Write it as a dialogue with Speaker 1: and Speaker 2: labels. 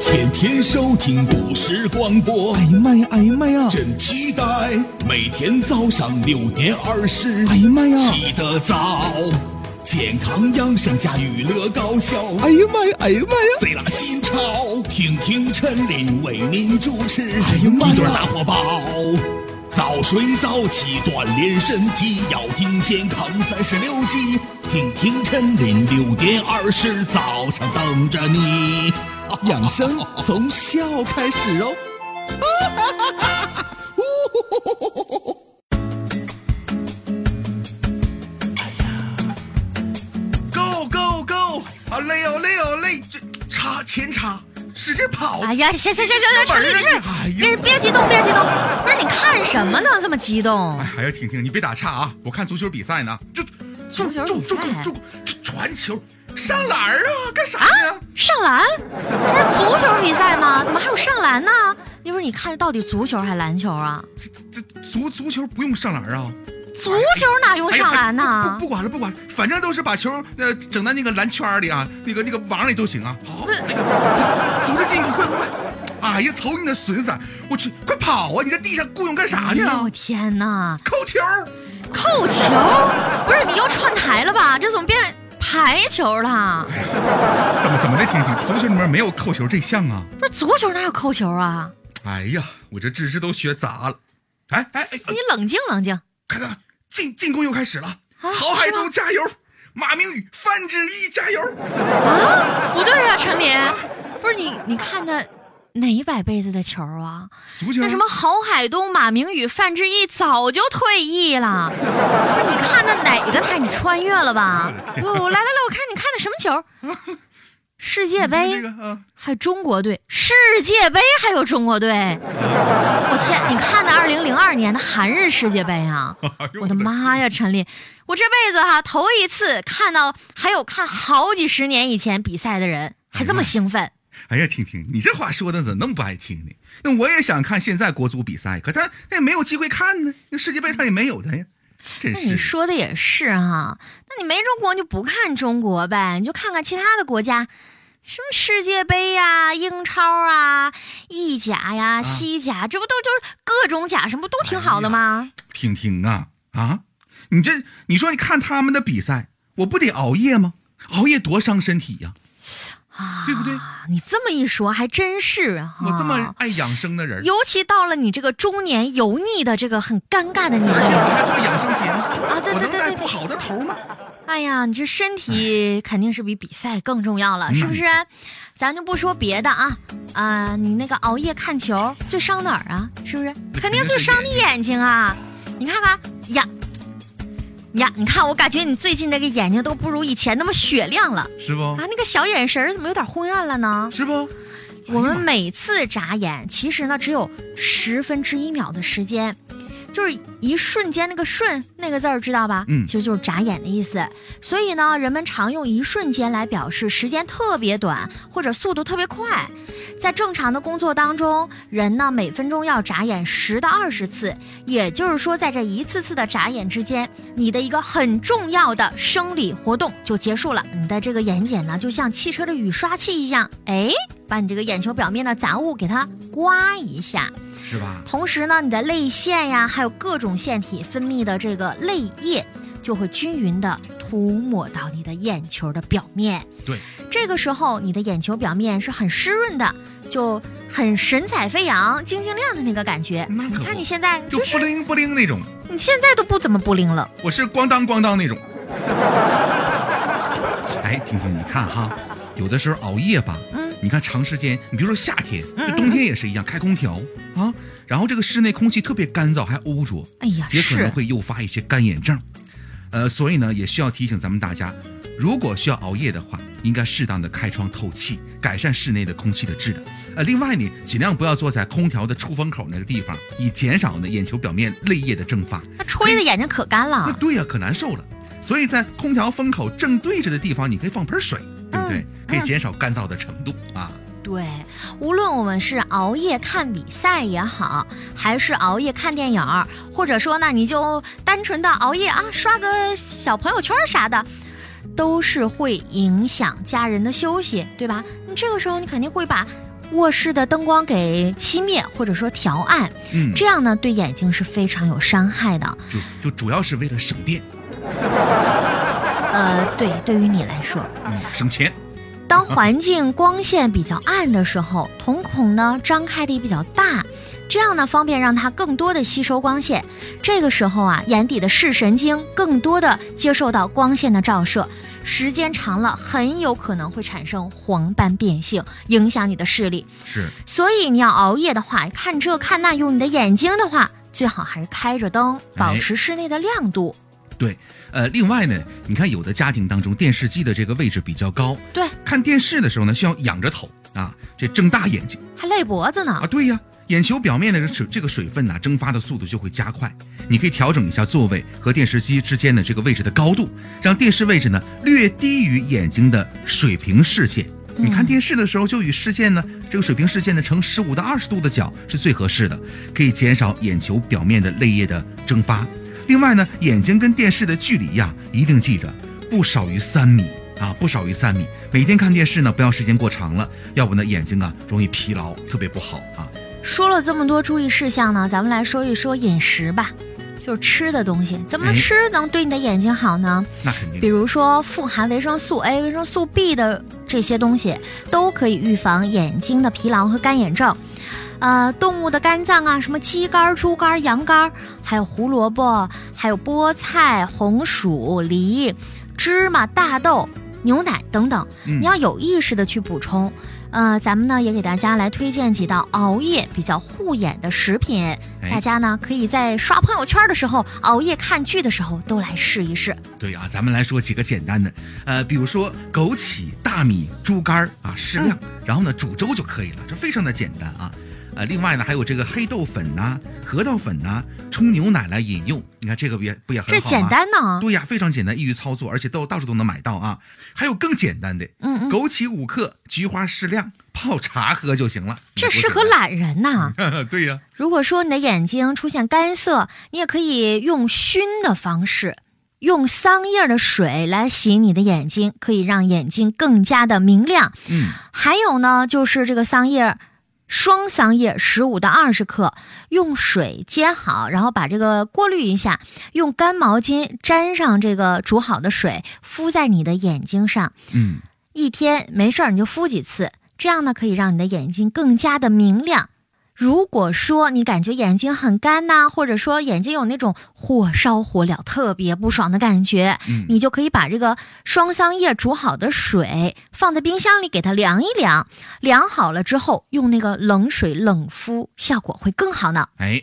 Speaker 1: 天天收听不时广播，
Speaker 2: 哎呀妈呀！哎呀妈呀！
Speaker 1: 真期待每天早上六点二十。
Speaker 2: 哎呀妈呀
Speaker 1: 起得早，健康养生加娱乐搞笑，
Speaker 2: 哎呀妈呀！哎呀妈呀！
Speaker 1: 最拉新潮。听听陈琳为您主持，
Speaker 2: 哎呀妈呀
Speaker 1: 一对大火爆。早睡早起锻炼身体，要听健康三十六计，听听陈琳六点二十早上等着你。
Speaker 2: 养生从笑开始哦。
Speaker 3: Go go go！好累哦累哦累，这插前插，使劲跑。
Speaker 4: 哎呀，行行行行行，
Speaker 3: 这
Speaker 4: 陈
Speaker 3: 玩
Speaker 4: 律
Speaker 3: 意儿
Speaker 4: 师
Speaker 3: 哎，呀
Speaker 4: 别别激动，别激动，不是你看什么呢？这么激动
Speaker 3: 哎，？还要婷婷，你别打岔啊！我看足球比赛呢，就
Speaker 4: 足球
Speaker 3: 就
Speaker 4: 比
Speaker 3: 就
Speaker 4: 赛
Speaker 3: 就就就传球上篮儿啊，干啥呢？
Speaker 4: 上篮？不是足球比赛吗？怎么还有上篮呢？你不是你看的到底足球还篮球啊？
Speaker 3: 这这足足球不用上篮啊？
Speaker 4: 足球哪用
Speaker 3: 哎呀
Speaker 4: 上篮
Speaker 3: 哎
Speaker 4: 呢
Speaker 3: 不？不管了不管了，反正都是把球呃整在那个篮圈儿里啊，那个那个网里都行啊。好，哎呀走组织进攻，快快快！哎呀，瞅你那损色，我去，快跑啊！你在地上雇佣干啥
Speaker 4: 哎呦
Speaker 3: 呢
Speaker 4: 我？天哪！
Speaker 3: 扣球！
Speaker 4: 扣球？不是你又串台了吧？这怎么变排球了？
Speaker 3: 哎怎么怎么的，婷婷，足球里面没有扣球这项啊？
Speaker 4: 不是足球哪有扣球啊？
Speaker 3: 哎呀，我这知识都学杂了。哎哎哎，呃
Speaker 4: 你冷静啊冷静。
Speaker 3: 看看进进攻又开始了，郝海东加油，马明宇、范志毅加油。
Speaker 4: 啊，不对啊，陈琳，不是你，你看的哪摆辈子的球啊？
Speaker 3: 足球
Speaker 4: 那什么郝海东、马明宇、范志毅早就退役了，不是你看的哪个台？你穿越了 吧？我我来来来，我看你看的什么球？世界
Speaker 3: 那
Speaker 4: 杯
Speaker 3: 个啊，
Speaker 4: 还有中国队，世界杯还有中国队，我天！你看的二零零二年的韩日世界杯啊！
Speaker 3: 哎呦
Speaker 4: 我的！妈呀，陈琳，我这辈子哈、头一次看到还有看好几十年以前比赛的人还这么兴奋。
Speaker 3: 哎呀，婷婷，你这话说的怎么那么不爱听呢？那我也想看现在国足比赛，可他那也没有机会看呢，那世界杯上也没有他呀，真
Speaker 4: 那你
Speaker 3: 是。
Speaker 4: 说的也是哈、那你没中国你就不看中国呗，你就看看其他的国家，什么世界杯呀、英超啊、意甲呀、
Speaker 3: 啊
Speaker 4: 西甲，这不都就是各种甲，什么不都
Speaker 3: 哎
Speaker 4: 挺好的吗？
Speaker 3: 婷婷啊啊，你这你说你看他们的比赛，我不得熬夜吗？熬夜多伤身体呀、
Speaker 4: 啊，
Speaker 3: 对不对？
Speaker 4: 你这么一说，还真是哈、
Speaker 3: 我这么爱养生的人，
Speaker 4: 尤其到了你这个中年油腻的这个很尴尬的年
Speaker 3: 而且
Speaker 4: 龄
Speaker 3: 我，还做养生节目
Speaker 4: 啊对
Speaker 3: 我
Speaker 4: 对
Speaker 3: 能
Speaker 4: 对
Speaker 3: 带
Speaker 4: 对
Speaker 3: 不好的头吗？
Speaker 4: 哎呀，你这身体肯定是比比赛更重要了，
Speaker 3: 嗯
Speaker 4: 是不是？咱就不说别的啊，啊、你那个熬夜看球最伤哪儿啊？是不是？肯定最伤你眼睛啊！你看看呀呀，你看我感觉你最近那个眼睛都不如以前那么雪亮了
Speaker 3: 是不
Speaker 4: 啊？，那个小眼神儿怎么有点昏暗了呢？
Speaker 3: 是不？
Speaker 4: 我们每次眨眼，其实呢只有十分之一秒的时间，就是一瞬间那个“瞬”那个字儿，知道吧？
Speaker 3: 嗯
Speaker 4: 其实就是眨眼的意思。所以呢，人们常用一瞬间来表示时间特别短或者速度特别快。在正常的工作当中，人呢每分钟要眨眼十到二十次，也就是说，在这一次次的眨眼之间，你的一个很重要的生理活动就结束了。你的这个眼睑呢，就像汽车的雨刷器一样，哎，把你这个眼球表面的杂物给它刮一下。
Speaker 3: 是吧？
Speaker 4: 同时呢，你的泪腺呀，还有各种腺体分泌的这个泪液，就会均匀的涂抹到你的眼球的表面。
Speaker 3: 对，
Speaker 4: 这个时候你的眼球表面是很湿润的，就很神采飞扬、晶晶亮的那个感觉。
Speaker 3: 那可
Speaker 4: 你
Speaker 3: 不
Speaker 4: 看你现在
Speaker 3: 就
Speaker 4: 真
Speaker 3: 不
Speaker 4: 是，
Speaker 3: 灵不灵那种，
Speaker 4: 你现在都不怎么不灵了。
Speaker 3: 我是咣当咣当那种。 哎，婷婷，你看哈，有的时候熬夜吧，
Speaker 4: 嗯，
Speaker 3: 你看长时间，你比如说夏天，这冬天也是一样，开空调啊，然后这个室内空气特别干燥，还污浊，
Speaker 4: 哎呀，
Speaker 3: 也可能
Speaker 4: 是
Speaker 3: 会诱发一些干眼症。呃，所以呢，也需要提醒咱们大家，如果需要熬夜的话，应该适当的开窗透气，改善室内的空气的质量。呃，另外呢，尽量不要坐在空调的出风口那个地方，以减少呢眼球表面泪液的蒸发。
Speaker 4: 那吹的眼睛可干
Speaker 3: 那
Speaker 4: 了。
Speaker 3: 对呀、可难受了。所以在空调风口正对着的地方，你可以放盆水，对不对？可以减少干燥的程度啊。
Speaker 4: 对，无论我们是熬夜看比赛也好，还是熬夜看电影儿，或者说呢，你就单纯的熬夜啊，刷个小朋友圈儿啥的，都是会影响家人的休息，对吧？你这个时候你肯定会把卧室的灯光给熄灭或者说调暗，
Speaker 3: 嗯，
Speaker 4: 这样呢对眼睛是非常有伤害的。
Speaker 3: 就就主要是为了省电，
Speaker 4: 呃，对，对于你来说，
Speaker 3: 嗯，省钱，
Speaker 4: 当环境光线比较暗的时候，瞳孔呢张开的也比较大，这样呢方便让它更多的吸收光线。这个时候啊，眼底的视神经更多的接受到光线的照射，时间长了很有可能会产生黄斑变性，影响你的视力。
Speaker 3: 是
Speaker 4: 所以你要熬夜的话，看这看那，用你的眼睛的话，最好还是开着灯，保持室内的亮度。
Speaker 3: 对。呃，另外呢，你看有的家庭当中电视机的这个位置比较高，
Speaker 4: 对，
Speaker 3: 看电视的时候呢，需要仰着头啊，这睁大眼睛
Speaker 4: 还累脖子呢
Speaker 3: 啊，。对呀，眼球表面的这个水这个水分呢、蒸发的速度就会加快。你可以调整一下座位和电视机之间的这个位置的高度，让电视位置呢略低于眼睛的水平视线。你看电视的时候，就与视线呢这个水平视线呢呈十五到二十度的角是最合适的，可以减少眼球表面的泪液的蒸发。另外呢，眼睛跟电视的距离呀、一定记着不少于三米啊，不少于三米。每天看电视呢，不要时间过长了，要不呢眼睛啊容易疲劳，特别不好啊。
Speaker 4: 说了这么多注意事项呢，咱们来说一说饮食吧，就是吃的东西，怎么
Speaker 3: 哎
Speaker 4: 吃能对你的眼睛好呢？
Speaker 3: 那肯定
Speaker 4: 比。如说富含维生素 A、维生素 B 的这些东西，都可以预防眼睛的疲劳和干眼症。呃，动物的肝脏啊，什么鸡肝、猪肝、羊肝，还有胡萝卜，还有菠菜、红薯、梨、芝麻、大豆、牛奶等等，
Speaker 3: 嗯
Speaker 4: 你要有意识的去补充。呃，咱们呢也给大家来推荐几道熬夜比较护眼的食品，
Speaker 3: 哎
Speaker 4: 大家呢可以在刷朋友圈的时候、熬夜看剧的时候都来试一试。
Speaker 3: 对啊，咱们来说几个简单的，呃，比如说枸杞、大米、猪肝儿啊，适量，然后呢煮粥就可以了，这非常的简单啊。呃，另外呢还有这个黑豆粉呐、核桃粉呐、冲牛奶来饮用，你看这个不也不也很好
Speaker 4: 这
Speaker 3: 吗？
Speaker 4: 简单呢，
Speaker 3: 对呀，非常简单，易于操作，而且都到处都能买到啊。还有更简单的，
Speaker 4: 嗯嗯，
Speaker 3: 枸杞五克，菊花适量，泡茶喝就行了。
Speaker 4: 这
Speaker 3: 多
Speaker 4: 适
Speaker 3: 简
Speaker 4: 合懒人呐、
Speaker 3: 单。 对呀，
Speaker 4: 如果说你的眼睛出现干涩，你也可以用熏的方式，用桑叶的水来洗你的眼睛，可以让眼睛更加的明亮。
Speaker 3: 嗯，
Speaker 4: 还有呢，就是这个桑叶。双桑叶十五到二十克，用水煎好，然后把这个过滤一下，用干毛巾沾上这个煮好的水，敷在你的眼睛上，
Speaker 3: 嗯，
Speaker 4: 一天没事儿你就敷几次，这样呢可以让你的眼睛更加的明亮。如果说你感觉眼睛很干呐、或者说眼睛有那种火烧火燎、特别不爽的感觉，
Speaker 3: 嗯
Speaker 4: 你就可以把这个双桑叶煮好的水放在冰箱里给它凉一凉，凉好了之后用那个冷水冷敷，效果会更好呢。
Speaker 3: 哎，